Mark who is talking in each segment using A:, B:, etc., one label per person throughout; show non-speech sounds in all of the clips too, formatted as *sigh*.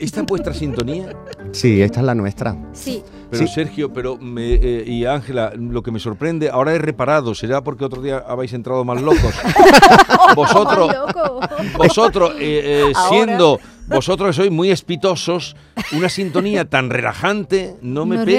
A: es vuestra sintonía?
B: Sí, esta es la nuestra.
C: Sí.
A: Pero
B: Sí.
A: Sergio, pero me, eh, y Ángela, lo que me sorprende, ahora he reparado, será porque otro día habéis entrado más
C: *laughs*
A: locos. vosotros,
C: Loco.
A: vosotros eh, eh,
C: Ahora.
A: siendo, vosotros que sois muy espitosos, una sintonía tan relajante no me
C: no es
A: pega.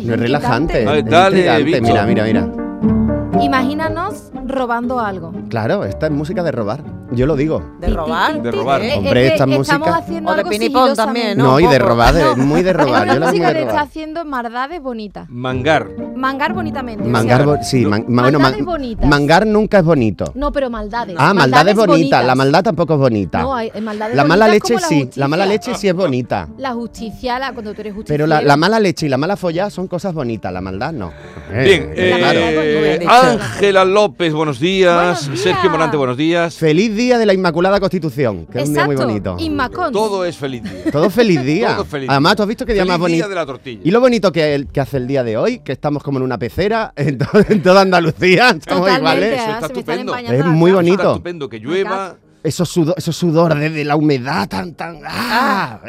B: *laughs* No es
C: intrigante.
B: relajante.
A: Ay,
B: es
A: dale,
B: intrigante.
A: bicho.
B: Mira, mira, mira.
C: Imagínanos robando algo.
B: Claro, esta es música de robar. Yo lo digo.
D: De robar.
A: De robar.
D: ¿eh?
B: Hombre,
C: Es que
B: esta
C: estamos
B: música-
C: haciendo
D: O de
C: algo
D: pinipón también,
C: sigilosamente.
D: No,
B: No, y de
D: poco.
B: robar, de- muy
C: *laughs*
B: de
C: Es
B: robar.
C: una
B: Yo la
C: música
B: muy de
C: que está
B: robar.
C: haciendo maldades bonitas.
A: Mangar.
C: Mangar bonitamente. o
B: Mangar,
C: sea,
B: bo- sí,
A: no.
B: man- ma- bueno,
C: Maldades
B: man-
C: bonitas.
B: mangar nunca es bonito.
C: No, pero maldades.
B: Ah, maldad es bonita.
C: bonitas.
B: La maldad tampoco es bonita.
C: No, hay- hay maldades
B: la mala
C: bonitas
B: leche
C: como
B: sí. La mala
C: justicia.
B: leche sí es bonita.
C: La justicia, la, cuando tú eres justicia.
B: Pero la, la mala leche y la mala follada son cosas bonitas. La maldad no. Eh,
A: Bien,
B: eh,
C: claro.
A: eh,
D: Muy bien
A: Ángela López, buenos días.
C: Buenos días.
A: Sergio Morante, buenos días.
B: Feliz día de la Inmaculada Constitución, que es un día
C: Exacto.
B: muy bonito.
C: Inmacón.
A: Todo es feliz día.
B: Todo feliz día.
A: Todo feliz
B: Además,
A: día.
B: tú has visto qué día
A: Feliz
B: más bonito.
A: día de la tortilla.
B: Y lo bonito que, el- que hace el día de hoy, que estamos como en una pecera, en, to- *laughs* en toda Andalucía, estamos
C: Totalmente,
A: Eso
B: iguales.
C: ah,
A: está
C: se me están
A: estupendo.
C: empañando
B: Es
C: las
B: muy
C: gafas.
B: bonito.
A: Está estupendo que llueva.
B: Esos sudor, esos sudor de, de la humedad tan tan. ¡ah!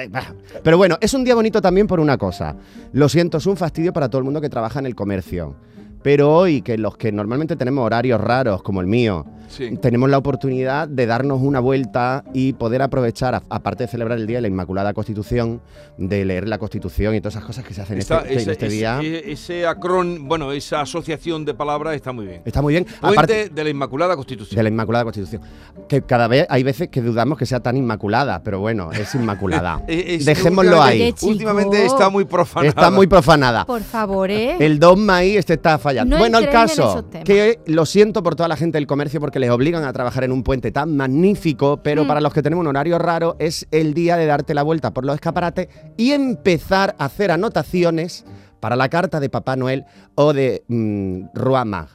B: Pero bueno, es un día bonito también por una cosa. Lo siento, es un fastidio para todo el mundo que trabaja en el comercio. Pero hoy, que los que normalmente tenemos horarios raros, como el mío,
A: Sí.
B: tenemos la oportunidad de darnos una vuelta y poder aprovechar, a- aparte de celebrar el Día de la Inmaculada Constitución, de leer la Constitución y todas esas cosas que se hacen
A: Está-
B: este, en
A: ese,
B: este
A: ese-
B: día.
A: e- ese acrón, bueno, esa asociación de palabras está muy bien.
B: Está muy bien.
A: Puente
B: Aparte-
A: de la Inmaculada Constitución.
B: De la Inmaculada Constitución. Que cada vez hay veces que dudamos que sea tan inmaculada, pero bueno,
A: *laughs*
B: es inmaculada.
A: E- Es- es-
B: Dejémoslo ahí.
A: últimamente- Últimamente está muy profanada. *laughs*
B: Está muy profanada.
C: Por favor, ¿eh?
B: El dogma ahí este está fallando.
C: No
B: bueno, el
C: entren en
B: caso,
C: esos temas.
B: que lo siento por toda la gente del comercio porque les obligan a trabajar en un puente tan magnífico, pero
C: Mm.
B: para los que tenemos un horario raro es el día de darte la vuelta por los escaparates y empezar a hacer anotaciones para la carta de Papá Noel o de mm, Ruamag,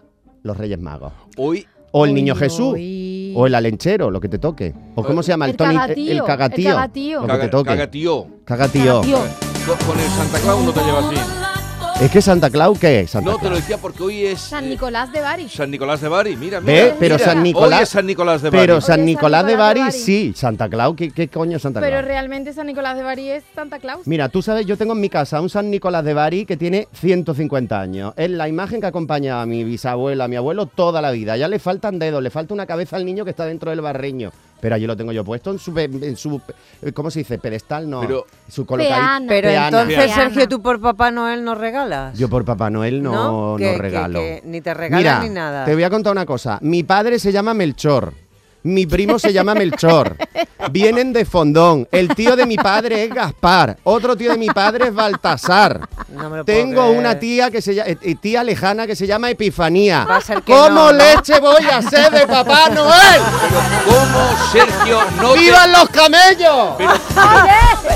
B: los Reyes Magos.
A: Hoy
B: O el Niño
C: Uy,
B: Jesús.
C: uy.
B: O el alenchero, lo que te toque. ¿O cómo se llama? El,
C: El
B: Tony-
C: cagatío,
B: El cagatío.
C: el
B: Lo
C: cagatío.
B: que
A: Eh, caga-
B: te toque.
A: cagatió.
B: Cagatío.
C: Cagatío.
A: Con, con el Santa Claus no te lleva así.
B: Es que Santa Claus, ¿qué es? Santa
A: No, te lo
B: Claus.
A: decía porque hoy es
C: San
A: eh,
C: Nicolás de Bari.
A: San Nicolás de Bari. Mira, mira.
B: Ve,
A: mira.
B: pero San Nicolás.
A: Hoy es San Nicolás de Bari.
B: Pero
C: Oye,
B: San
C: San
B: Nicolás de
C: Nicolás de
B: Bari,
C: Bari.
B: sí. Santa Claus, ¿qué, qué coño es Santa Claus?
C: Pero realmente San Nicolás de Bari es Santa Claus.
B: Mira, tú sabes, yo tengo en mi casa un San Nicolás de Bari que tiene 150 años. Es la imagen que acompaña a mi bisabuela, a mi abuelo toda la vida. Ya le faltan dedos, le falta una cabeza al niño que está dentro del barreño. Pero allí lo tengo yo puesto en su, pe- en su pe- ¿cómo se dice? Pedestal, no.
A: Pero-
B: su colocadí-
C: Peana.
D: Pero
B: peana.
D: entonces,
C: Peana.
D: Sergio, tú por Papá Noel nos regalas.
B: Yo por Papá Noel no, no,
D: Que- que-
B: regalo.
D: que ni te regalan
B: Mira,
D: ni nada.
B: Te voy a contar una cosa. Mi padre se llama Melchor. Mi primo se llama
D: *laughs*
B: Melchor. Vienen de Fondón. El tío de mi padre es Gaspar. Otro tío de mi padre es Baltasar.
D: No me lo puedo
B: Tengo
D: creer.
B: una tía que se llama tía lejana que se llama Epifanía.
D: Va a ser que
B: ¿Cómo
D: no, ¿no?
B: leche voy a ser de Papá Noel?
A: ¿Cómo, Sergio, no te-
B: ¡Vivan los camellos!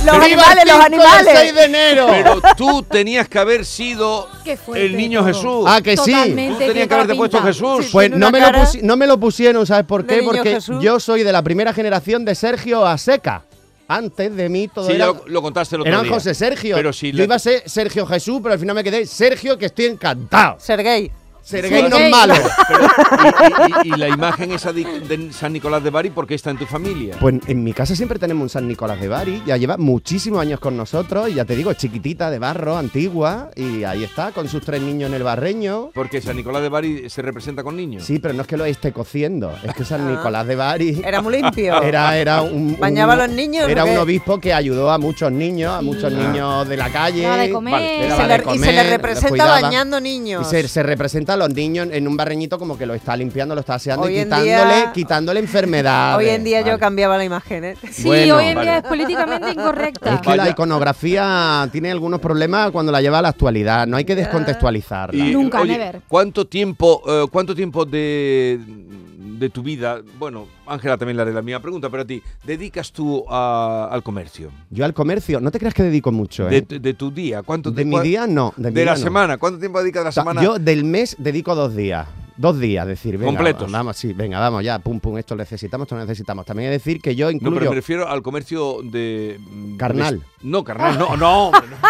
D: Los
B: ¡Viva
D: animales,
B: el
D: los
B: 5 y el
D: animales.
B: 6 de enero!
A: Pero tú tenías que haber sido
C: Qué fuerte
A: el niño
C: todo.
A: Jesús.
B: ah, que sí.
C: Totalmente.
A: Tú tenías
C: tiene
A: que haberte
C: toda
A: puesto
C: pinta.
A: Jesús.
D: Sí.
B: Pues
D: Tiene
B: no
D: una
B: me, lo
D: cara
B: pusi- no me lo pusieron, ¿sabes por
D: de
B: qué?
D: niño
B: Porque
D: Jesús.
B: yo soy de la primera generación de Sergio a seca. Antes de mí todo
A: Sí, ya
B: era...
A: lo, lo contaste el otro
B: eran
A: día.
B: José Sergio.
A: Pero si
B: yo
A: la-
B: iba a ser Sergio Jesús, pero al final me quedé Sergio, que estoy encantado.
D: Sergey.
B: Sergio no es
C: Sergei.
B: malo.
D: *laughs*
A: Pero- y, y- y la imagen esa de, de San Nicolás de Bari, ¿por qué está en tu familia?
B: Pues en mi casa siempre tenemos un San Nicolás de Bari, ya lleva muchísimos años con nosotros, y ya te digo, es chiquitita, de barro, antigua, y ahí está, con sus tres niños en el barreño.
A: Porque San Nicolás de Bari se representa con niños.
B: Sí, pero no es que lo esté cociendo, es que San
D: Ah.
B: Nicolás de Bari...
D: Era muy limpio.
B: *laughs* Era, era un,
D: Ah. ¿Bañaba
B: un-
D: a los niños,
B: Era
D: o qué? Mm. Ah.
B: un obispo que ayudó a muchos niños, a
C: Sí.
B: muchos niños de la calle.
C: Daba de comer.
A: Vale,
D: y,
A: era
D: se
A: la
D: le,
A: de
D: y se le
B: los
D: representa
B: cuidaba.
D: bañando
B: Y
D: niños.
B: se, se representa a los niños en un barreñito como que lo está limpiando, lo está aseando
D: Hoy
B: y
D: en día-
B: quitándole,
D: *laughs*
B: quitándole enfermedades.
D: Hoy en día yo
B: Vale.
D: cambiaba la imagen. ¿eh?
C: Sí,
B: Bueno,
C: hoy en
A: vale.
C: día es políticamente incorrecta.
B: Ah, Es que la iconografía tiene algunos problemas cuando la lleva a la actualidad. No hay que
D: Ah.
B: descontextualizarla.
A: Y,
C: Nunca,
A: oye,
C: never.
A: ¿Cuánto tiempo, eh, cuánto tiempo de, de tu vida, bueno, Ángela también le haré la misma pregunta, pero a ti, ¿dedicas tú a- al comercio?
B: Yo al comercio, no te creas que dedico mucho,
A: De,
B: ¿eh?
A: de tu día, ¿cuánto
B: De
A: tiempo-
B: mi día no. De,
A: De,
B: mi
A: la
B: día no.
A: semana, ¿cuánto tiempo dedicas de la
B: O sea,
A: semana?
B: Yo del mes dedico dos días. Dos días, decir, venga,
A: Completos.
B: vamos, sí, venga, vamos, ya, pum, pum, esto lo necesitamos, esto lo necesitamos. También he de decir que yo
A: no,
B: incluyo...
A: pero me refiero al comercio de... mm,
B: Carnal.
A: de- no, carnal, no, no, hombre,
B: *laughs*
A: no.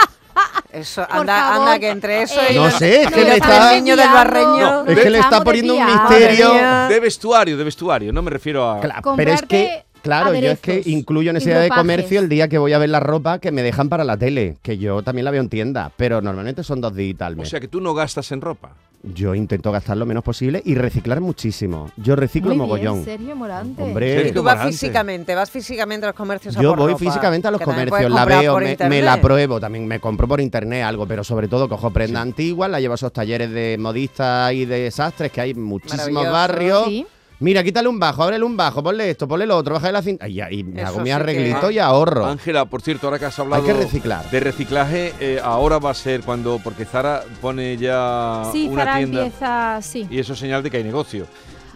D: Eso,
C: Por
D: anda,
C: favor,
D: anda, que entre eso
C: eh,
D: y
B: No
D: los-
B: sé, es
D: y
B: que
D: los
B: le está-
D: niños del barreño.
B: es que le está poniendo un
C: Estamos desviados.
B: misterio...
D: Madre mía.
A: De vestuario, de vestuario, no me refiero a...
B: Claro, pero es
C: Comprarte
B: que Claro, yo es que
C: aderezos
B: incluyo en
C: y
B: esa idea de
C: ropajes.
B: comercio el día que voy a ver la ropa que me dejan para la tele, que yo también la veo en tienda, pero normalmente son dos días al
A: O
B: mes.
A: sea que tú no gastas en ropa.
B: Yo intento gastar lo menos posible y reciclar muchísimo. Yo reciclo
C: Muy
B: mogollón.
C: bien, Sergio Morante.
B: Hombre.
A: Sergio
D: Tú vas
A: Morante.
D: físicamente, vas físicamente a los comercios a
B: Yo
D: por
B: voy
D: ropa,
B: físicamente a los
D: que también
B: comercios,
D: puedes
B: la
D: comprar
B: veo,
D: por
B: me, me
D: internet.
B: la pruebo, también me compro por internet algo, pero sobre todo cojo prenda antigua, la llevo a esos talleres de modistas y de sastres que hay en muchísimos
D: Maravilloso.
B: barrios.
C: Sí.
B: Mira, quítale un bajo, ábrele un bajo, ponle esto, ponle lo otro, bájale la cinta. Y, y me
D: Eso
B: hago mi
D: sí que-
B: arreglito y ahorro.
A: Ángela, por cierto, ahora que has hablado
B: Hay que reciclar.
A: de reciclaje, eh, ahora va a ser cuando, porque Zara pone ya
C: Sí,
A: una
C: Zara
A: tienda
C: empieza, sí.
A: y eso es señal de que hay negocio.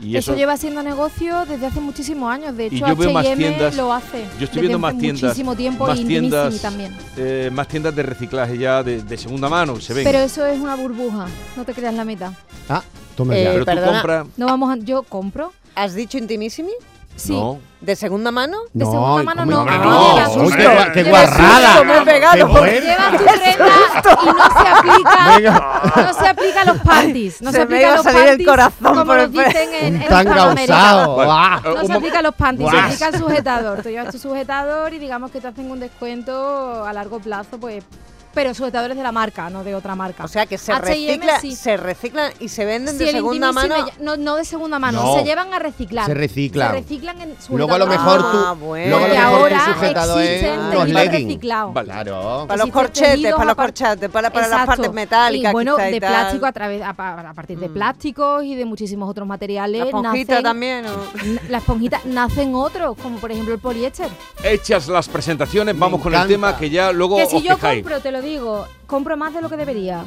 A: Y
C: Eso,
A: eso,
C: lleva siendo negocio desde hace muchísimos años. De
A: Y
C: hecho,
A: yo veo más
C: H&M
A: tiendas-
C: lo hace.
A: Yo estoy
C: desde
A: viendo
C: hace
A: más tiendas,
C: Muchísimo tiempo
A: más
C: y
A: tiendas-
C: Missimi también.
A: eh, más tiendas de reciclaje ya de, de segunda mano que se ven.
C: Pero eso es una burbuja. No te creas la mitad.
B: Ah, toma ya.
D: Eh,
A: Pero tú
D: perdona.
A: compras.
C: No vamos a, yo compro.
D: ¿Has dicho intimísimi?
C: sí.
A: No.
D: ¿De segunda mano?
C: de segunda mano
B: ¿cómo
C: no.
B: hombre,
C: Ah,
B: no,
C: qué
B: Uy,
C: susto.
B: qué, gua- qué
C: Qué
B: guarrada.
D: susto, me he pegado.
B: Qué
D: Porque *laughs*
B: bueno.
C: Llevas tu prenda y no se aplica. No se aplica a los panties. No
D: se
C: se
D: me
C: aplica
D: iba
C: a
D: a
C: los
D: salir el
C: panties
D: corazón
C: como
D: por
C: nos
D: el pe-
C: dicen en, en
B: Un tanga
C: Hispanoamérica.
B: usado.
A: Bueno,
B: Ah,
A: eh,
C: No
A: un
C: se
A: mo-
C: aplica a los panties, se
B: Guas.
C: aplica al sujetador. Tú llevas tu
B: *laughs*
C: sujetador y digamos que te hacen un descuento a largo plazo, pues. Pero sujetadores de la marca, no de otra marca.
D: O sea que se
C: H&M
D: recicla,
C: sí.
D: se reciclan y se venden
C: Si
D: de
C: el
D: segunda
C: Intimissimi
D: mano.
C: ya- no, no de segunda mano,
B: No.
C: se llevan a reciclar.
B: Se reciclan.
C: Se reciclan en su
B: Luego a lo mejor tú,
D: Ah, bueno.
B: luego a lo
D: Porque
B: mejor tu
C: ahora
B: sujetador es
C: existen
B: unos
C: tejidos
B: leggings.
C: reciclados.
A: Vale.
B: Claro.
D: Para los
C: existen
D: corchetes,
C: tejidos
D: para los
C: a par-
D: corchetes, para, para las
C: Exacto.
D: partes metálicas.
C: Y bueno,
D: quizá y
C: de
D: tal. Mm.
C: plástico a, través, a, pa- a partir de plásticos y de muchísimos otros materiales.
D: La esponjita
C: nacen-
D: también. ¿o?
C: n- La esponjita nacen otros, como por ejemplo el poliéster.
A: Hechas las presentaciones,
B: Me
A: vamos con el
B: encanta.
A: tema que ya luego
C: Que si
A: os
C: yo
A: fijáis.
C: compro, te lo digo, compro más de lo que debería.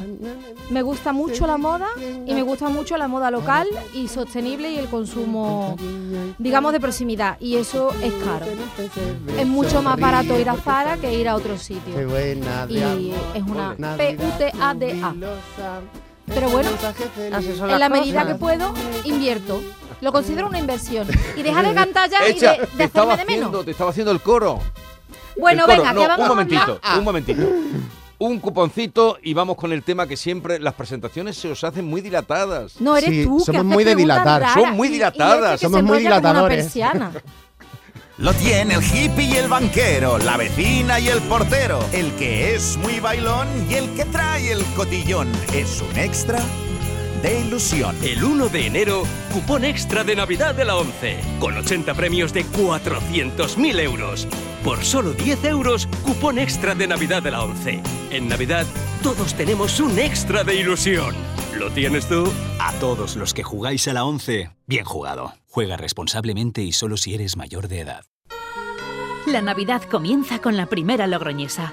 C: Me gusta mucho la moda y me gusta mucho la moda local y sostenible y el consumo, digamos, de proximidad. Y eso es caro. Es mucho más barato ir a Zara que ir a otro
B: Qué
C: sitio.
B: buena de
C: Y
B: amor.
C: es una
B: Navidad
C: P-U-T-A-D-A.
B: jubilosa.
C: Pero bueno,
D: Así son
C: En la
D: las
C: medida que
D: cosas.
C: puedo, invierto. Lo considero una inversión. Y deja
A: *laughs*
C: de cantar ya y de,
A: Hecha,
C: de
A: te estaba
C: hacerme de
A: haciendo,
C: menos.
A: te estaba haciendo el coro.
C: Bueno,
A: El coro,
C: venga,
A: no,
C: que vamos Ah.
A: un
C: a
A: momentito,
C: hablar-
A: un momentito. Un cuponcito y vamos con el tema que siempre las presentaciones se os hacen muy dilatadas.
C: No, eres
B: Sí,
C: tú. que
B: somos
C: haces
B: muy de
C: preguntas
B: dilatar.
C: raras.
A: Son muy
C: Y- y
A: dilatadas,
C: Leche que
B: somos
C: se
B: muy
C: enrolla como una
B: dilatadores.
C: persiana.
E: Lo tiene el hippie y el banquero, la vecina y el portero, el que es muy bailón y el que trae el cotillón. Es un extra de ilusión.
F: El 1 de enero, cupón extra de Navidad de la 11, con 80 premios de 400.000 euros. Por solo 10 euros, cupón extra de Navidad de la 11. En Navidad, todos tenemos un extra de ilusión. ¿Lo tienes tú?
G: A todos los que jugáis a la 11, bien jugado. Juega responsablemente y solo si eres mayor de edad.
H: La Navidad comienza con la primera logroñesa.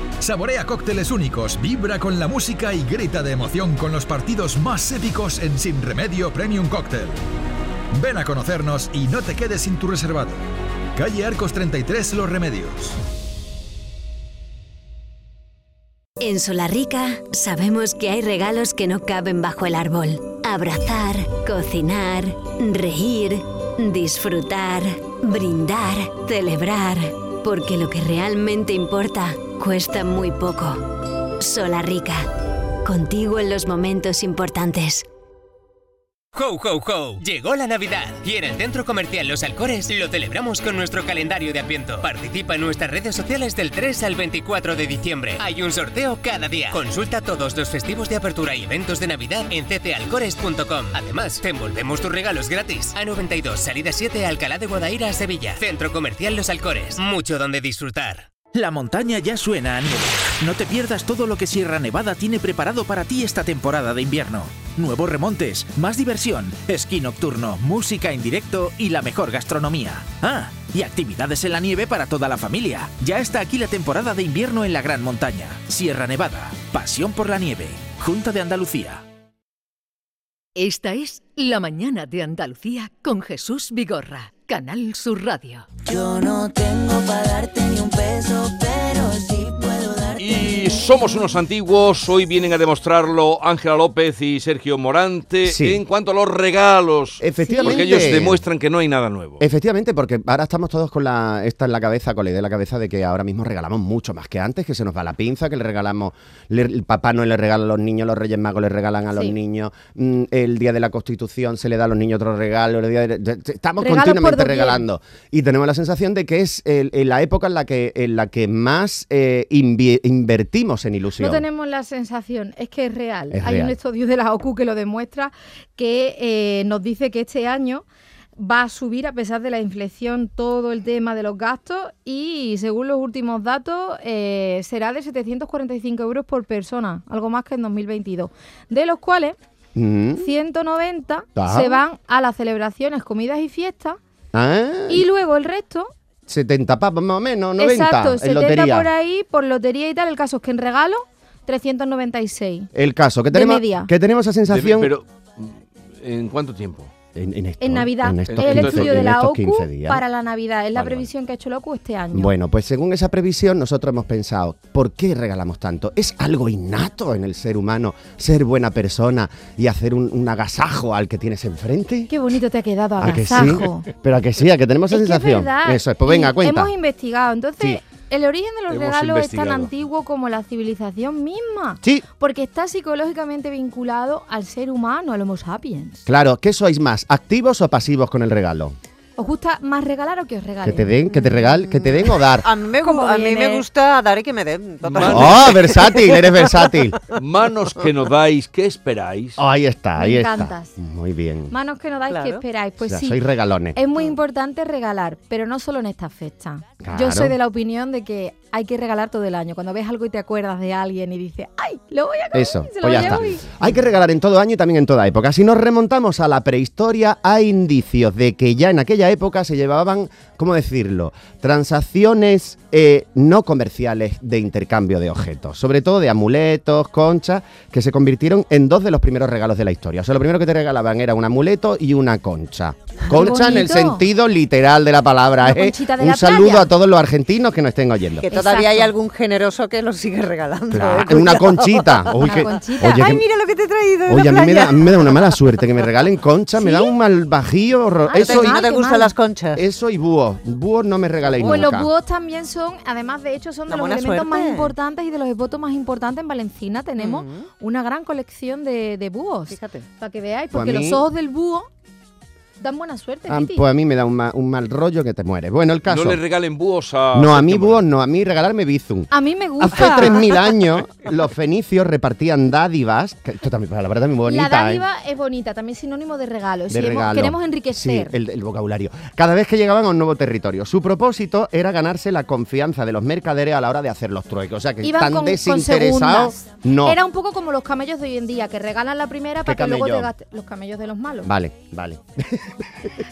E: Saborea cócteles únicos, vibra con la música y grita de emoción con los partidos más épicos en Sin Remedio Premium Cóctel. Ven a conocernos y no te quedes sin tu reservado. Calle Arcos 33 Los Remedios.
I: En Solarica sabemos que hay regalos que no caben bajo el árbol. Abrazar, cocinar, reír, disfrutar, brindar, celebrar. Porque lo que realmente importa cuesta muy poco. Solarica, contigo en los momentos importantes.
J: ¡Ho, ho, ho! Llegó la Navidad y en el Centro Comercial Los Alcores lo celebramos con nuestro calendario de Adviento. Participa en nuestras redes sociales del 3 al 24 de diciembre. Hay un sorteo cada día. Consulta todos los festivos de apertura y eventos de Navidad en ctalcores.com. Además, te envolvemos tus regalos gratis. A92, salida 7, Alcalá de Guadaira, Sevilla. Centro Comercial Los Alcores. Mucho donde disfrutar.
G: La montaña ya suena a nieve. No te pierdas todo lo que Sierra Nevada tiene preparado para ti esta temporada de invierno.
K: nuevos remontes, más diversión, esquí nocturno, música en directo y la mejor gastronomía. Ah, y actividades en la nieve para toda la familia. Ya está aquí la temporada de invierno en la Gran Montaña, Sierra Nevada, Pasión por la Nieve, Junta de Andalucía.
L: Esta es La Mañana de Andalucía con Jesús Vigorra, Canal Sur Radio.
M: Yo no tengo para darte ni un peso, pero sí puedo darte.
A: Y somos unos antiguos, hoy vienen a demostrarlo Ángela López y Sergio Morante
B: Sí.
A: en cuanto a los regalos.
B: Efectivamente.
A: Porque ellos demuestran que no hay nada nuevo.
C: Pues
B: Efectivamente, porque ahora estamos todos con la esta en la cabeza, con la idea en la cabeza de que ahora mismo regalamos mucho más que antes, que se nos va la pinza, que le regalamos, le- el papá no le regala a los niños, los Reyes Magos le regalan a los
C: Sí.
B: niños, mm, el día de la Constitución se le da a los niños otro regalo, el día de- de- de- estamos
C: Regalos por
B: continuamente
C: doquier.
B: regalando y tenemos la sensación de que es el- en la época en la que en la que más eh, invi- invertimos en ilusión.
C: No tenemos la sensación, es que es real.
B: Es
C: Hay
B: real.
C: un estudio de la OCU que lo demuestra, que eh, nos dice que este año va a subir a pesar de la inflexión todo el tema de los gastos y según los últimos datos eh, será de 745 euros por persona, algo más que en 2022, de los cuales
B: Mm.
C: 190
B: Ajá.
C: se van a las celebraciones, comidas y fiestas
B: Ah,
C: y luego el resto
B: 70 papas más o menos, 90
C: Exacto,
B: en
C: 70
B: lotería.
C: por ahí, por lotería y tal. El caso es que en regalo, 396.
B: El caso, que
C: de
B: tenemos,
C: media.
B: que tenemos esa sensación...
A: Pero, ¿en cuánto tiempo?
B: En, esto,
C: En Navidad.
B: en
C: Es
B: estos
C: el
B: 15
C: estudio de
B: en
C: la
B: estos
C: OCU
B: 15 días.
C: para la Navidad. Es la previsión que ha hecho la OCU este año.
B: Bueno, pues según esa previsión nosotros hemos pensado, ¿por qué regalamos tanto? Es algo innato en el ser humano ser buena persona y hacer un, un agasajo al que tienes enfrente.
C: Qué bonito te ha quedado,
B: ¿A que sí?
C: agasajo.
B: Pero a que sí, a que tenemos esa
C: Es que es
B: sensación.
C: verdad.
B: Eso es, pues venga,
C: Y
B: cuenta.
C: Hemos investigado. Entonces, el origen de los
B: Hemos
C: regalos es tan
B: investigado.
C: antiguo como la civilización misma.
B: Sí.
C: Porque está psicológicamente vinculado al ser humano, al Homo sapiens.
B: Claro, ¿qué sois más, activos o pasivos con el regalo?
C: ¿Os gusta más regalar o que os regalen?
B: Que te den, que te regal, que te den o dar.
C: Ah,
D: A mí me, gu-
C: ¿Cómo
D: a mí me
C: viene?
D: gusta dar y que me den. total.
B: ¡Oh, versátil! Eres
C: *laughs*
B: versátil.
A: Manos que nos dais, ¿qué esperáis?
B: Ahí está,
C: Me
B: ahí
C: encantas.
B: está. Muy bien.
C: Manos que no dais, que esperáis. Pues
B: O sea,
C: sí.
B: sois regalones.
C: Es muy importante regalar, pero no solo en estas fechas.
B: Claro.
C: Yo soy de la opinión de que hay que regalar todo el año. Cuando ves algo y te acuerdas de alguien y dices, ¡ay! Lo voy a comer",
B: Eso,
C: se lo
B: pues ya está.
C: llevo y-
B: Hay que regalar en todo año y también en toda época. Si nos remontamos a la prehistoria, hay indicios de que ya en aquella época se llevaban, ¿cómo decirlo?, transacciones eh, no comerciales de intercambio de objetos, sobre todo de amuletos, conchas, que se convirtieron en dos de los primeros regalos de la historia. O sea, lo primero que te regalaban era un amuleto y una concha. Concha en el
D: bonito.
B: sentido literal de la palabra.
D: Una
B: ¿eh?
D: conchita de
B: un
D: la
B: saludo
D: playa.
B: a todos los argentinos que nos estén oyendo.
D: Que todavía hay algún generoso que lo sigue regalando.
B: Claro,
D: eh,
B: una
D: cuidado. *laughs*
B: conchita. Uy, Una que- conchita. oye,
D: Ay,
B: que-
D: mira lo que te he traído. de
B: Oye, a
D: la
B: mí, me
D: playa.
B: da, a mí me da una mala suerte que me regalen concha, me da un mal bajío. horror-
C: Ah,
B: eso
C: qué
B: y- Eh,
C: mal, ¿No te qué gustan mal. las
B: conchas? Eso y búhos. Búhos no me regaléis
C: Pues los
B: nunca.
C: búhos también son, además de hecho, son de
D: La
C: los
D: buena
C: elementos más
D: suerte. Mm.
C: importantes y de los votos más importantes en Valencina. Tenemos una gran colección de, de búhos. Fíjate. Para que veáis,
B: Pues a
C: porque
B: mí-
C: los ojos del búho dan buena suerte.
B: Ah,
C: Piti.
B: pues a mí me da un, ma- un mal rollo que te mueres. Bueno, el caso.
A: No le regalen búhos a... este
B: No, a mí búhos no, a mí regalarme bizum.
C: A mí me gusta.
B: Hace 3.000 años los fenicios repartían dádivas, que esto también, la verdad, muy bonita,
C: La
B: ¿eh?
C: dádiva es bonita, también sinónimo de regalo. Si
B: de
C: hemos-
B: regalo.
C: queremos enriquecer.
B: Sí, el, el vocabulario. Cada vez que llegaban a un nuevo territorio, su propósito era ganarse la confianza de los mercaderes a la hora de hacer los trueques. O sea, que
C: Iban
B: tan
C: con, con
B: desinteresados.
C: segundas.
B: No.
C: Era un poco como los camellos de hoy en día, que regalan la primera para que luego
B: camello?
C: te gastes. Los camellos de los malos.
B: Vale, vale.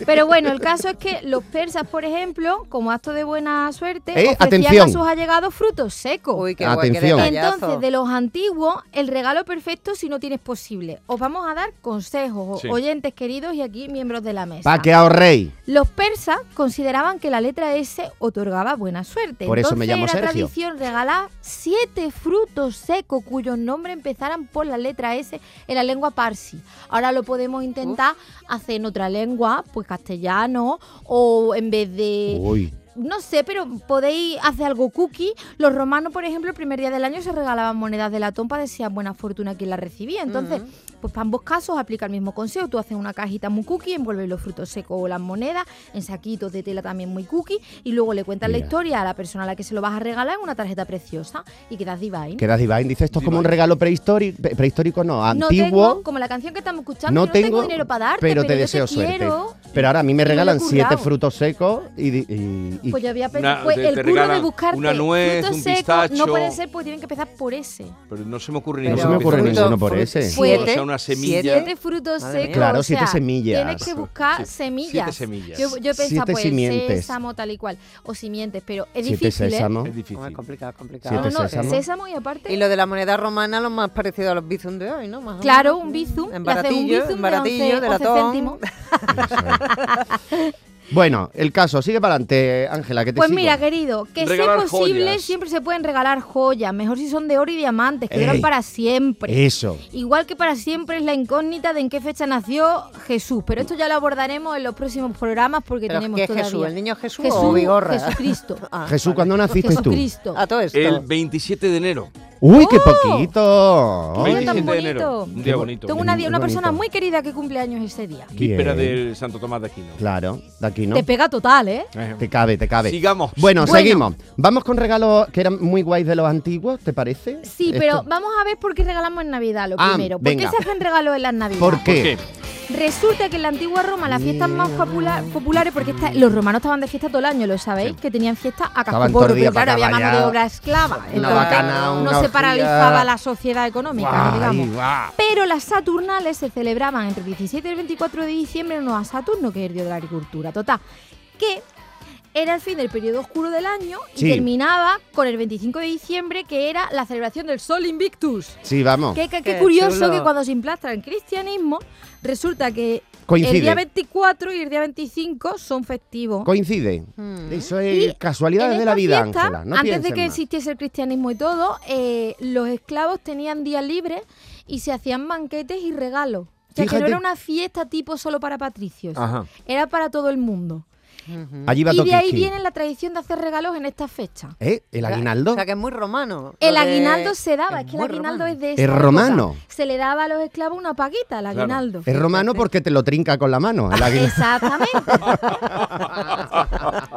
C: Pero bueno, el caso es que los persas, por ejemplo, como acto de buena suerte,
B: Eh,
C: ofrecían
B: atención.
C: a sus allegados frutos secos.
B: qué guay, qué Atención. detallazo.
C: Entonces, de los antiguos, el regalo perfecto si no tienes posible. Os vamos a dar consejos,
B: Sí.
C: oyentes queridos y aquí miembros de la mesa.
B: Pa' que ahorréis.
C: Los persas consideraban que la letra S otorgaba buena suerte.
B: Por eso me
C: Entonces
B: llamo
C: era
B: Sergio.
C: tradición regalar siete frutos secos cuyos nombres empezaran por la letra S en la lengua parsi. Ahora lo podemos intentar hacer en otra lengua, pues castellano, o en vez de...
B: Uy.
C: No sé, pero podéis hacer algo cookie. Los romanos, por ejemplo, el primer día del año se regalaban monedas de latón para desear buena fortuna a quien la
D: Mm.
C: recibía. Entonces, pues para ambos casos aplica el mismo consejo. Tú haces una cajita muy cookie, envuelves los frutos secos o las monedas en saquitos de tela también muy cookie y luego le cuentas la
B: Mira.
C: historia a la persona a la que se lo vas a regalar en una tarjeta preciosa y quedas divine.
B: Queda divine. Dice esto es como un regalo prehistórico, prehistórico no,
C: no
B: antiguo.
C: tengo, como la canción que estamos escuchando,
B: No
C: yo no tengo,
B: tengo,
C: dinero para darte,
B: pero te
C: yo
B: deseo
C: quiero.
B: suerte. Pero ahora a mí me
C: Y me lo he
B: regalan siete
C: currao.
B: frutos secos y, di- y- y
C: Pues yo había pensado,
A: Una-
C: fue
A: te-
C: el
A: te
C: curro de
A: regalan
C: buscarte
A: una nuez,
C: frutos
A: un
C: secos,
A: pistacho.
C: No puede ser, pues tienen que empezar por ese.
A: Pero no se me ocurre
B: No
A: ninguno.
B: se me ocurre
A: Fruto,
B: ninguno por
A: fruto,
B: ese.
A: o sea, una semilla.
C: Siete frutos
B: Madre mía.
C: secos.
B: Claro,
C: o
B: siete
C: sea,
B: semillas.
C: Tienes que buscar
B: Sí,
C: semillas.
B: siete semillas.
C: Yo, yo pensaba,
B: Siete
C: pues,
B: simientes.
C: sésamo, tal y cual. O simientes, pero es
B: Siete
C: difícil, ¿eh?
B: sésamo. Es
D: difícil. complicado, complicado.
B: Siete
C: Ah, No, no,
B: sésamo.
C: sésamo y aparte...
D: Y lo de la moneda romana, lo más parecido a los bizum de hoy, ¿no? Más o
C: Claro,
D: menos.
C: un bizum.
D: En
C: le haces un
D: baratillo,
C: bizum
D: en baratillo,
C: de, 11,
D: de
C: 11
D: latón.
C: céntimos. *laughs*
B: Bueno, el caso, sigue para adelante, Ángela, que te
C: Pues
B: sigo.
C: mira, querido, que
B: Regalar
C: si es posible,
B: joyas.
C: siempre se pueden regalar joyas. Mejor si son de oro y diamantes, que duran
B: Ey,
C: para siempre.
B: Eso.
C: Igual que para siempre es la incógnita de en qué fecha nació Jesús. Pero esto ya lo abordaremos en los próximos programas porque
D: ¿Pero
C: tenemos
D: qué
C: todavía.
D: Jesús? ¿El niño Jesús o Vigorra?
B: *laughs*
C: Jesucristo.
B: Jesús, ¿cuándo naciste Ah, pues tú?
C: Ah, Pues Jesucristo. ¡Oh!
D: A todo
A: El 27 de enero.
B: ¡Uy, qué poquito!
A: El
B: Ay.
A: 27 de enero.
C: bonito.
A: Un día bonito.
C: Tengo una,
B: Oh. Qué
C: una persona
B: bonito.
C: muy querida que cumple años ese día.
A: Víspera
B: Bien.
A: del Santo Tomás de Aquino.
B: Claro, de aquí, ¿no?
C: Te pega total, ¿eh?
B: Te cabe, te cabe.
A: Sigamos.
B: Bueno,
C: Bueno.
B: seguimos. Vamos con regalos que eran muy guays de los antiguos, ¿te parece?
C: Sí,
B: Esto-
C: pero vamos a ver por qué regalamos en Navidad lo
B: Ah,
C: primero. ¿Por
B: venga.
C: qué se hacen regalos en las Navidades?
B: ¿Por qué?
C: Resulta que en la antigua Roma las fiestas más popula- populares, porque esta- los romanos estaban de fiesta todo el año, lo sabéis, que tenían fiesta a
B: Estaban
C: cascoporro,
B: todo el día
C: pero claro,
B: para
C: había
B: caballar,
C: mano de obra esclava. entonces
B: bacana, una
C: no se
B: orgía.
C: paralizaba la sociedad económica,
B: Guay,
C: digamos.
B: guau.
C: Pero las Saturnales se celebraban entre el 17 y el 24 de diciembre en honor a Saturno, que es el dios de la agricultura, total. Que era el fin del periodo oscuro del año y
B: Sí.
C: terminaba con el 25 de diciembre, que era la celebración del Sol Invictus.
B: Sí, vamos.
C: Qué, qué- qué
B: Qué
C: curioso
B: chulo.
C: que cuando se implanta el cristianismo, resulta que
B: Coincide.
C: el día 24 y el día 25 son festivos.
B: Coincide. Eso es
C: Mm. En
B: casualidades de
C: esta
B: la vida,
C: fiesta,
B: Ángela. No
C: antes de
B: pienses
C: que
B: más.
C: existiese el cristianismo y todo, eh, los esclavos tenían días libres y se hacían banquetes y regalos. O sea, que no
B: Fíjate.
C: era una fiesta tipo solo para patricios,
B: Ajá.
C: era para todo el mundo.
B: Allí va
C: y de ahí
B: Tokiski.
C: viene la tradición de hacer regalos en esta fecha.
B: ¿Eh? ¿El aguinaldo?
D: O sea, que es muy romano.
C: El
D: Lo de-
C: aguinaldo se daba, es, que el
D: muy
C: aguinaldo
D: romano.
C: es de
B: ¿Es
C: esa época.
B: romano?
C: Se le daba a los esclavos una paguita, el
B: Claro.
C: aguinaldo.
B: Es romano porque te lo trinca con la
C: *laughs*
B: mano. el aguinaldo.
C: Exactamente.
B: *laughs*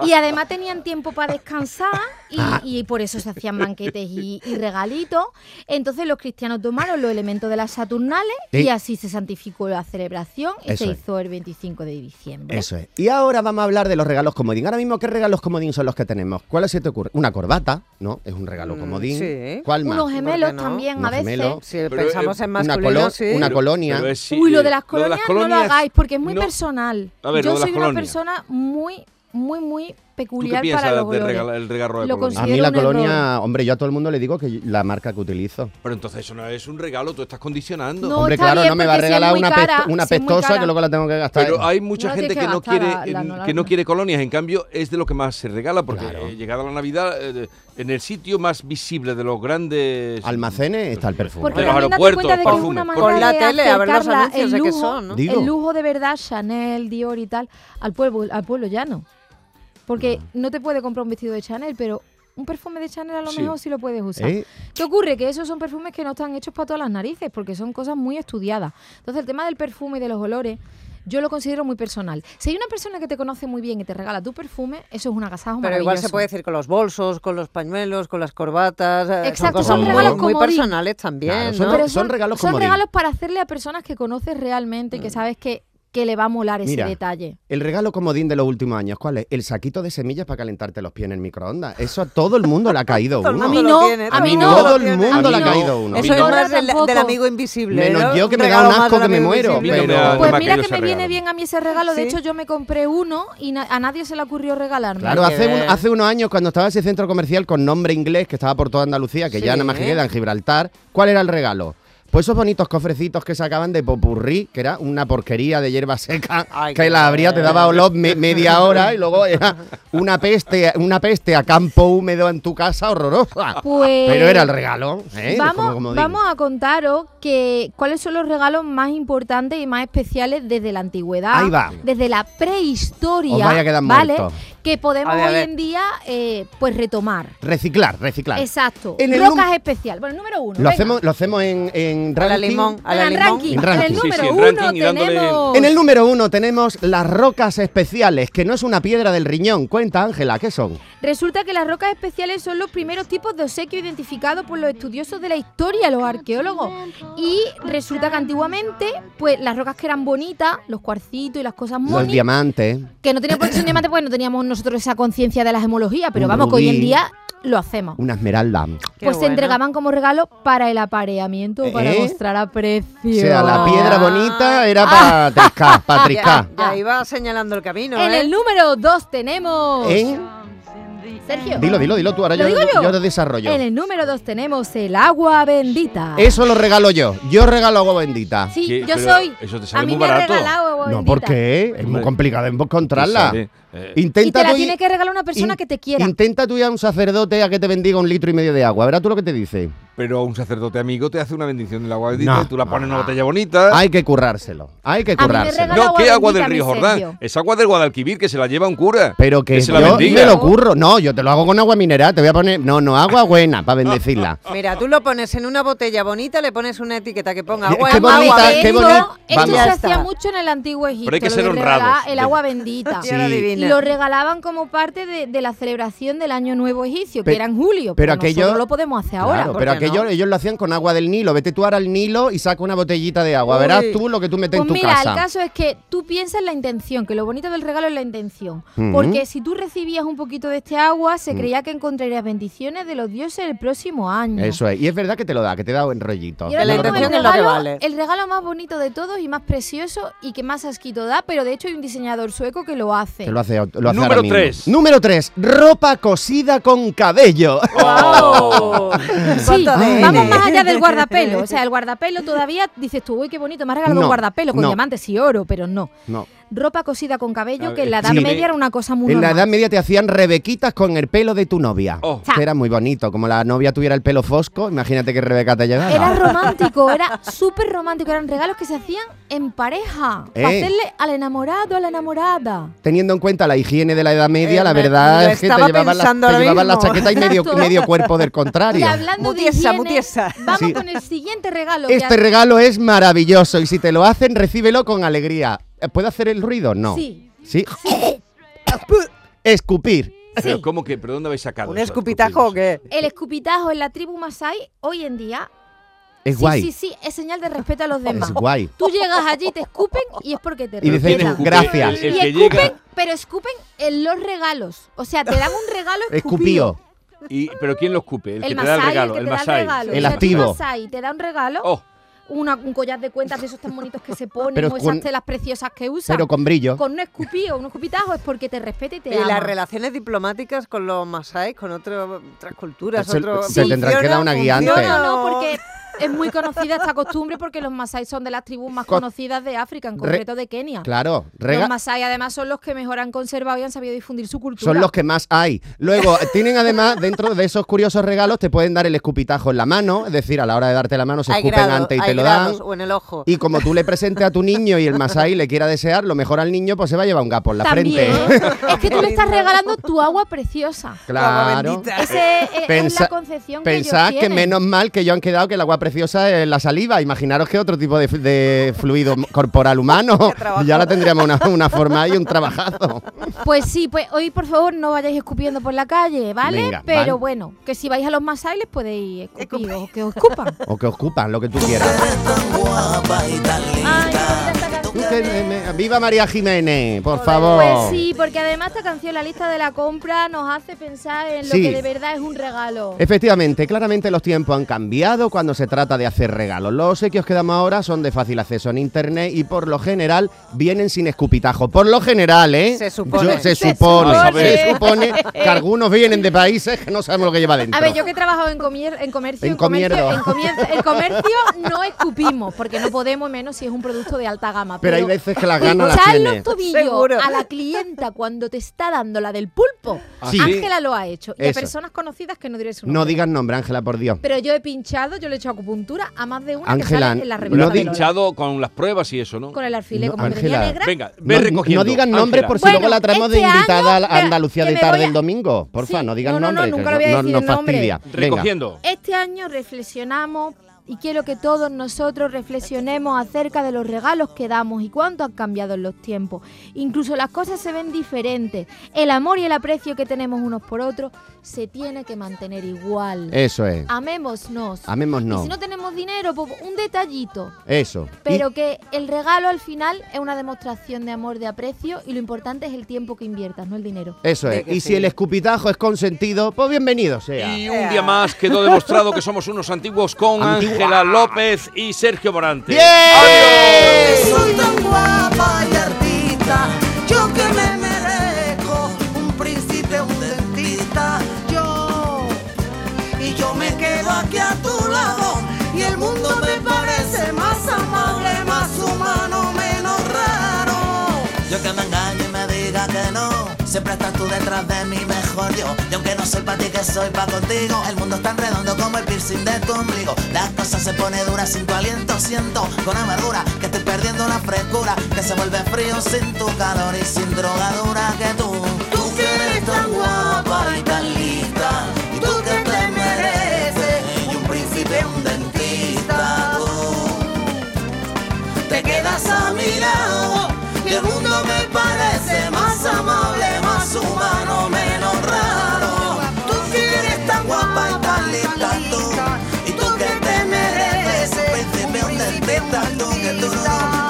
C: Y además tenían tiempo para descansar y,
B: Ah.
C: y por eso se hacían banquetes y, y regalitos. Entonces los cristianos tomaron los elementos de las Saturnales
B: Sí.
C: y así se santificó la celebración y
B: Eso
C: se
B: es.
C: hizo el 25 de diciembre.
B: Eso es. Y ahora vamos a hablar de los regalos comodín. Ahora mismo, ¿qué regalos comodín son los que tenemos? ¿Cuál se te ocurre? Una corbata, ¿no? Es un regalo comodín.
D: sí.
B: ¿Cuál más?
C: Mm, Unos gemelos
D: no?
C: también
B: Unos
C: a veces.
B: gemelos.
D: Si pensamos en
B: eh, una
D: masculino,
B: colo-
D: sí.
B: una colonia.
A: pero es sí,
C: Uy, lo
A: eh,
C: de las
A: lo de
C: colonias,
A: las
C: no lo
A: colonias,
C: hagáis porque es muy
A: no.
C: personal.
A: A ver,
C: Yo
A: lo de las
C: soy una
A: colonias.
C: persona muy, muy, muy
A: ¿Tú qué
C: peculiar
A: piensas
C: para los
A: del
C: olores.
A: regalo- el regalo de
C: Lo
A: colonia?
B: A mí la
C: un
B: colonia, hombre, yo a todo el mundo le digo que la marca que utilizo.
A: Pero entonces eso no es un regalo, tú estás condicionando.
C: No,
B: hombre,
C: está
B: claro,
C: bien,
B: no me va a
C: porque si es
B: regalar
C: muy
B: una,
C: cara,
B: pesto- una
C: si es muy
B: pestosa
C: cara.
B: que luego la tengo que gastar.
A: Pero hay mucha
C: No la
A: gente
C: tienes
A: que,
C: que
A: no
C: gastar,
A: quiere
C: la- la- no la-
A: que no quiere colonias, en cambio es de lo que más se regala porque eh, llegada la Navidad eh, en el sitio más visible de los grandes
B: Almacenes está el perfume.
A: de los aeropuertos, perfumes.
C: manera
A: por-
D: Con la
C: de
D: tele, a ver los
C: acercarla,
D: anuncios
C: el
D: de qué
C: lujo-
D: son, ¿no?
B: Digo.
C: El lujo de verdad, Chanel, Dior y tal, al pueblo, al pueblo llano. Porque
B: Ah.
C: no te puede comprar un vestido de Chanel, pero un perfume de Chanel a lo
B: Sí.
C: mejor sí lo puedes usar.
B: ¿Eh?
C: ¿Qué ocurre? Que esos son perfumes que no están hechos para todas las narices, porque son cosas muy estudiadas. Entonces, el tema del perfume y de los olores, yo lo considero muy personal. Si hay una persona que te conoce muy bien y te regala tu perfume, eso es un agasajo
D: Pero igual se
C: maravilloso.
D: puede decir con los bolsos, con los pañuelos, con las corbatas. eh,
C: Exacto,
D: cosas
C: son
D: muy-
C: regalos
D: muy,
C: comodín.
D: personales también.
B: Claro, son-
D: ¿no?
B: Pero son- regalos
C: son
B: comodín.
C: regalos para hacerle a personas que conoces realmente y que sabes que, que le va a molar ese
B: Mira,
C: detalle.
B: El regalo comodín de los últimos años, ¿cuál es? El saquito de semillas para calentarte los pies en el microondas. Eso a todo el mundo le ha caído
D: Todo el
B: uno.
D: mundo *laughs* A mí lo no, tiene, a todo mí el mundo no. lo
B: Todo el
D: tiene.
B: mundo
D: A
B: le ha
D: mí no.
B: caído uno.
D: Eso es más del, del amigo invisible.
B: Menos
D: ¿no?
B: yo que me
D: regalo
B: da un
D: más
B: asco
D: del
B: que me
D: amigo
B: muero.
D: invisible.
B: Pero...
C: Pues mira que me viene bien a mí ese regalo. De hecho, yo me compré uno y na- a nadie se le ocurrió regalarme.
B: Claro, hace, un- hace unos años cuando estaba ese centro comercial con nombre inglés que estaba por toda Andalucía, que ya
D: Sí.
B: nada más que queda en Gibraltar, ¿cuál era el regalo? Pues esos bonitos cofrecitos que sacaban de Popurrí, que era una porquería de hierba
D: *laughs*
B: seca, que la abría, te daba olor me- media hora y luego era una peste, una peste a campo húmedo en tu casa horrorosa.
C: Pues-
B: Pero era el regalo. ¿eh?
C: Vamos,
B: Como- como digo.
C: vamos a contaros que cuáles son los regalos más importantes y más especiales desde la antigüedad,
B: Ahí va.
C: desde la prehistoria,
B: Os vais a quedar
C: ¿vale?
B: muertos.
C: Que podemos
B: A ver, a
C: hoy
B: ver.
C: en día eh, pues retomar.
B: Reciclar, reciclar.
C: Exacto.
B: En el
C: Rocas especial. Bueno, número uno.
B: Lo
C: venga.
B: hacemos, lo hacemos en, en ranking.
D: limón, a la
B: En
D: limón.
B: ranking,
D: En el
B: ranking.
D: número Sí, sí, en uno ranking y dándole- tenemos-
B: En el número uno tenemos las rocas especiales, que no es una piedra del riñón. Cuenta, Ángela, ¿qué son?
C: Resulta que las rocas especiales son los primeros tipos de obsequio identificados por los estudiosos de la historia, los arqueólogos. Y resulta que antiguamente, pues las rocas que eran bonitas, los cuarcitos y las cosas
B: Los
C: monis,
B: diamantes.
C: que no tenía por qué ser un diamante porque no teníamos nosotros esa conciencia de la gemología, pero
B: Un
C: vamos, que hoy en
B: rubí.
C: día lo hacemos.
B: Una esmeralda.
C: pues se entregaban como regalo para el apareamiento, para
B: ¿Eh?
C: mostrar aprecio.
B: O sea, la piedra bonita era para
C: Ah. *laughs*
B: triscar, para triscar.
D: Ya, ya iba señalando el camino,
C: En
D: ¿eh?
C: el número 2 tenemos.
B: ¿Eh?
C: Sergio.
B: Dilo, dilo, dilo tú, ahora
C: ¿Lo
B: yo,
C: digo
B: yo,
C: yo?
B: lo desarrollo.
C: En el número 2 tenemos el agua bendita.
B: Eso lo regalo yo. Yo regalo agua bendita.
C: Sí, ¿Qué? yo Pero soy- eso te sale a mí muy me han barato. regalado agua
B: No,
C: bendita.
B: ¿por qué? Es muy complicado encontrarla.
A: Te sale, eh.
B: Intenta
C: y te la
B: tú
C: tiene que regalar una persona
B: in-
C: que te quiera.
B: Intenta tú ir a un sacerdote a que te bendiga un litro y medio de agua. Verás tú lo que te dice.
A: Pero un sacerdote amigo te hace una bendición del agua bendita
B: No,
A: y tú la pones en una botella bonita.
B: Hay que currárselo. Hay que
A: mí me
B: currárselo.
A: No, ¿qué agua del
C: bendita,
A: río
C: mi
A: Jordán?
C: Sergio.
A: Es agua del Guadalquivir que se la lleva un cura.
B: Pero que,
A: se la
B: yo
A: bendiga.
B: me lo curro. No, yo te lo hago con agua mineral. Te voy a poner. No, no, agua buena para
C: *laughs*
B: bendecirla.
D: Mira, tú lo pones en una botella bonita, le pones una etiqueta que ponga agua
B: qué bonita,
D: agua
B: qué
D: bendita,
B: bonita.
D: y
C: Esto
B: Vamos.
D: ya
C: se
D: está.
C: hacía mucho en el antiguo Egipto.
A: Pero hay que
C: lo
A: ser
C: de regalar
A: honrados.
C: El agua bendita.
D: Tierra Sí. divina.
C: Y lo regalaban como parte de, de la celebración del Año Nuevo Egipcio, que
B: Pe-
C: era en
B: pero
C: julio. Pero,
B: aquello-
C: nosotros lo podemos hacer ahora.
B: Claro, pero aquello ellos lo hacían con agua del Nilo. Vete tú ahora al Nilo y saca una botellita de agua.
D: Uy.
B: Verás tú lo que tú metes
C: Pues
B: en tu
C: mira,
B: casa.
C: el caso es que tú piensas en la intención, que lo bonito del regalo es la intención.
B: Ujú.
C: Porque si tú recibías un poquito de este agua, se
B: Mm.
C: creía que encontrarías bendiciones de los dioses el próximo año.
B: Eso es. Y es verdad que te lo da, que te da en rollito.
C: Y ahora
D: La
C: mismo
D: intención
C: el
D: es lo que
C: regalo-
D: vale.
C: El regalo más bonito de todos y más precioso y que más asquito da, pero de hecho hay un diseñador sueco que lo hace.
B: Que lo hace, lo hace
A: Número
B: ahora mismo.
A: tres.
B: Número 3. Ropa cosida
A: *laughs*
B: con cabello.
C: Sí,
D: Cuánto ADN.
B: Ah,
C: vamos más
B: *laughs*
C: allá del guardapelo. O sea, el guardapelo todavelo dices tú, uy, qué bonito, me has regalado
B: No,
C: un guardapelo con
B: no.
C: diamantes y oro, pero no.
B: No.
C: Ropa cosida con cabello,
A: A
C: que
A: ver,
C: en la edad
B: sí.
C: media era una cosa muy
B: En la
C: normal.
B: Edad Media te hacían rebequitas con el pelo de tu novia.
A: Oh.
B: Que era muy bonito. Como la novia tuviera el pelo fosco, imagínate que Rebeca te llegara.
C: Era romántico, era súper romántico. Eran regalos que se hacían en pareja.
B: Eh.
C: Para hacerle al enamorado, a la enamorada.
B: Teniendo en cuenta la higiene de la Edad Media,
D: Eh,
B: la
D: me-
B: verdad
D: lo
B: es que te
D: estaba
B: llevaban, la,
D: pensando
B: te
D: ahora
B: llevaban la
D: mismo.
B: chaqueta y
C: *laughs*
B: medio,
C: Exacto.
B: medio cuerpo del contrario.
C: Y hablando
D: Mutiesa,
C: de higiene,
D: mutiesa.
C: vamos
B: Sí.
C: con el siguiente regalo. que
B: Este
C: hace-
B: regalo es maravilloso y si te lo hacen, recíbelo con alegría. Eh, ¿Puede hacer el ruido? No.
C: Sí.
B: ¿Sí? *laughs* Escupir.
A: Pero
C: Sí.
A: ¿cómo que? ¿Pero dónde habéis sacado?
D: ¿Un
A: eso?
D: escupitajo o qué?
C: El escupitajo en la tribu Masái hoy en día
B: Es
C: sí,
B: guay.
C: sí, sí, es señal de respeto a los
B: *laughs*
C: demás.
B: Es guay.
C: Tú llegas allí, te escupen y es porque te
B: Y dices,
C: respetan.
A: escupe?
B: gracias.
A: El- el
C: y
A: que
C: escupen,
A: llega-
C: pero escupen en los regalos. O sea, te dan un regalo escupido.
B: *laughs* Escupío.
A: Y- ¿Pero quién lo escupe? El, que te da
C: masái,
A: el regalo.
C: que
A: El
C: te da
A: masái.
C: regalo.
B: El
C: O sea, tú
B: activo.
C: masái te da un regalo,
A: Oh,
C: una- un collar de cuentas de esos tan bonitos que se ponen,
B: Pero
C: o esas
B: con-
C: telas preciosas que usan.
B: Pero con brillo.
C: Con un escupío, un escupitajo, es porque te respeta y te
D: Y
C: ama.
D: las relaciones diplomáticas con los masáis, con otro- otras culturas,
B: Pues Se-
D: otro-
B: se tendrán que dar una guía
D: ¿Funciona?
B: antes.
C: No, no, no, porque es muy conocida esta costumbre porque los masái son de las tribus más
B: Co-
C: conocidas de África, en
B: Re-
C: concreto de Kenia.
B: Claro.
C: Los
B: Rega-
C: masái además son los que mejor han conservado y han sabido difundir su cultura.
B: son los que más hay. Luego, eh, tienen además, dentro de esos curiosos regalos, te pueden dar el escupitajo en la mano, es decir, a la hora de darte la mano, se
D: Hay
B: escupen
D: grados,
B: antes y
D: hay
B: te lo dan.
D: grados, O en el ojo.
B: Y como tú le presentes a tu niño y el masái le quiera desear lo mejor al niño, pues se va a llevar un gapo en la
C: También.
B: frente. ¿eh?
C: es que tú le estás regalando tu agua preciosa.
B: *laughs* Claro.
D: bendita.
C: Ese es, es
B: Pensa-
C: la concepción que ellos
B: Pensad que,
C: tienen.
B: menos mal que yo han quedado que el agua preciosa es la saliva. Imaginaros que otro tipo de, de fluido corporal
C: *laughs*
B: humano.
D: trabajo.
B: Ya la tendríamos una, una forma y un trabajazo.
C: Pues sí, pues hoy por favor no vayáis escupiendo por la calle, ¿vale?
B: Venga,
C: Pero
B: vale.
C: bueno, que si vais a los masái les podéis escupir o que os escupan.
B: O que ocupan lo que tú quieras.
C: *laughs* Ay, qué bonita esta canción.
B: Que me- eh, me- Viva María Jiménez, por favor.
C: Pues sí, porque además esta canción, la lista de la compra, nos hace pensar en lo
B: Sí.
C: que de verdad es un regalo.
B: Efectivamente, claramente los tiempos han cambiado cuando se trata de hacer regalos. Los obsequios que damos ahora son de fácil acceso en internet y por lo general vienen sin escupitajo. Por lo general, ¿eh?
D: Se supone.
B: se,
C: Se
B: supone.
C: supone.
B: Se supone que algunos vienen de países que no sabemos lo que lleva dentro.
C: A ver, yo que he trabajado en, comier- en comercio, en comercio,
B: Encomierdo.
C: en comier- en comercio no escupimos, porque no podemos y menos si es un producto de alta gama.
B: Pero hay veces que las ganas las
C: pinchar
B: tiene.
C: los tobillos
D: Seguro.
C: a la clienta cuando te está dando la del pulpo.
A: Ah, sí.
C: Ángela lo ha hecho. Y a
B: Eso.
C: personas conocidas que no diré su nombre.
B: No digas nombre, Ángela, por Dios.
C: Pero yo he pinchado, yo le he hecho acupuntura a más de una
B: Ángela,
C: que sale en la
B: no di-
C: revista. de Lola.
A: pinchado con las pruebas y eso, ¿no?
C: Con el alfiler,
B: No,
C: como me venía
B: Ángela.
C: negra.
A: Venga, ve
B: No, no
A: recogiendo.
B: digas nombres por si
A: Ángela.
B: luego la traemos de
C: este año,
B: invitada a
C: espera,
B: Andalucía
C: que
B: de
C: me
B: tarde
C: voy a-
B: el domingo. Porfa,
C: Sí,
B: no digas
C: no, no, no,
B: nombres. que
C: nunca le voy a decir
B: nos
C: el nombre.
B: fastidia. Venga.
A: Recogiendo.
C: Este año reflexionamos y quiero que todos nosotros reflexionemos acerca de los regalos que damos y cuánto han cambiado en los tiempos. Incluso las cosas se ven diferentes. El amor y el aprecio que tenemos unos por otros se tiene que mantener igual.
B: Eso es.
C: Amémonos.
B: Amémonos.
C: Ah, Y si no tenemos dinero, pues un detallito.
B: Eso.
C: Pero que el regalo al final es una demostración de amor, de aprecio y lo importante es el tiempo que inviertas, no el dinero.
B: Eso es. Y si el escupitajo es consentido, pues bienvenido sea.
A: Y un día más quedó demostrado que somos unos antiguos con
B: Antigua.
A: Ángela López y Sergio Morante.
M: Soy tan guapa y artista, yo que me merezco un príncipe, un dentista, yo. Y yo me quedo aquí a tu lado y el mundo me parece más amable, más humano, menos raro. Yo que me engaño y me diga que no. Siempre estás tú detrás de mi mejor yo Y aunque no soy para ti, que soy pa' contigo El mundo es tan redondo como el piercing de tu ombligo Las cosas se pone duras sin tu aliento Siento con amargura que estoy perdiendo la frescura Que se vuelve frío sin tu calor y sin drogadura Que tú, tú que eres tan guapa y tan lista Y tú que te mereces Y un príncipe, un dentista Tú, te quedas a mi lado y el mundo me parece más amable, más humano, menos raro. Tú que eres tan guapa y tan linda tú, y tú que te mereces, príncipe, un dentista tú, que tú no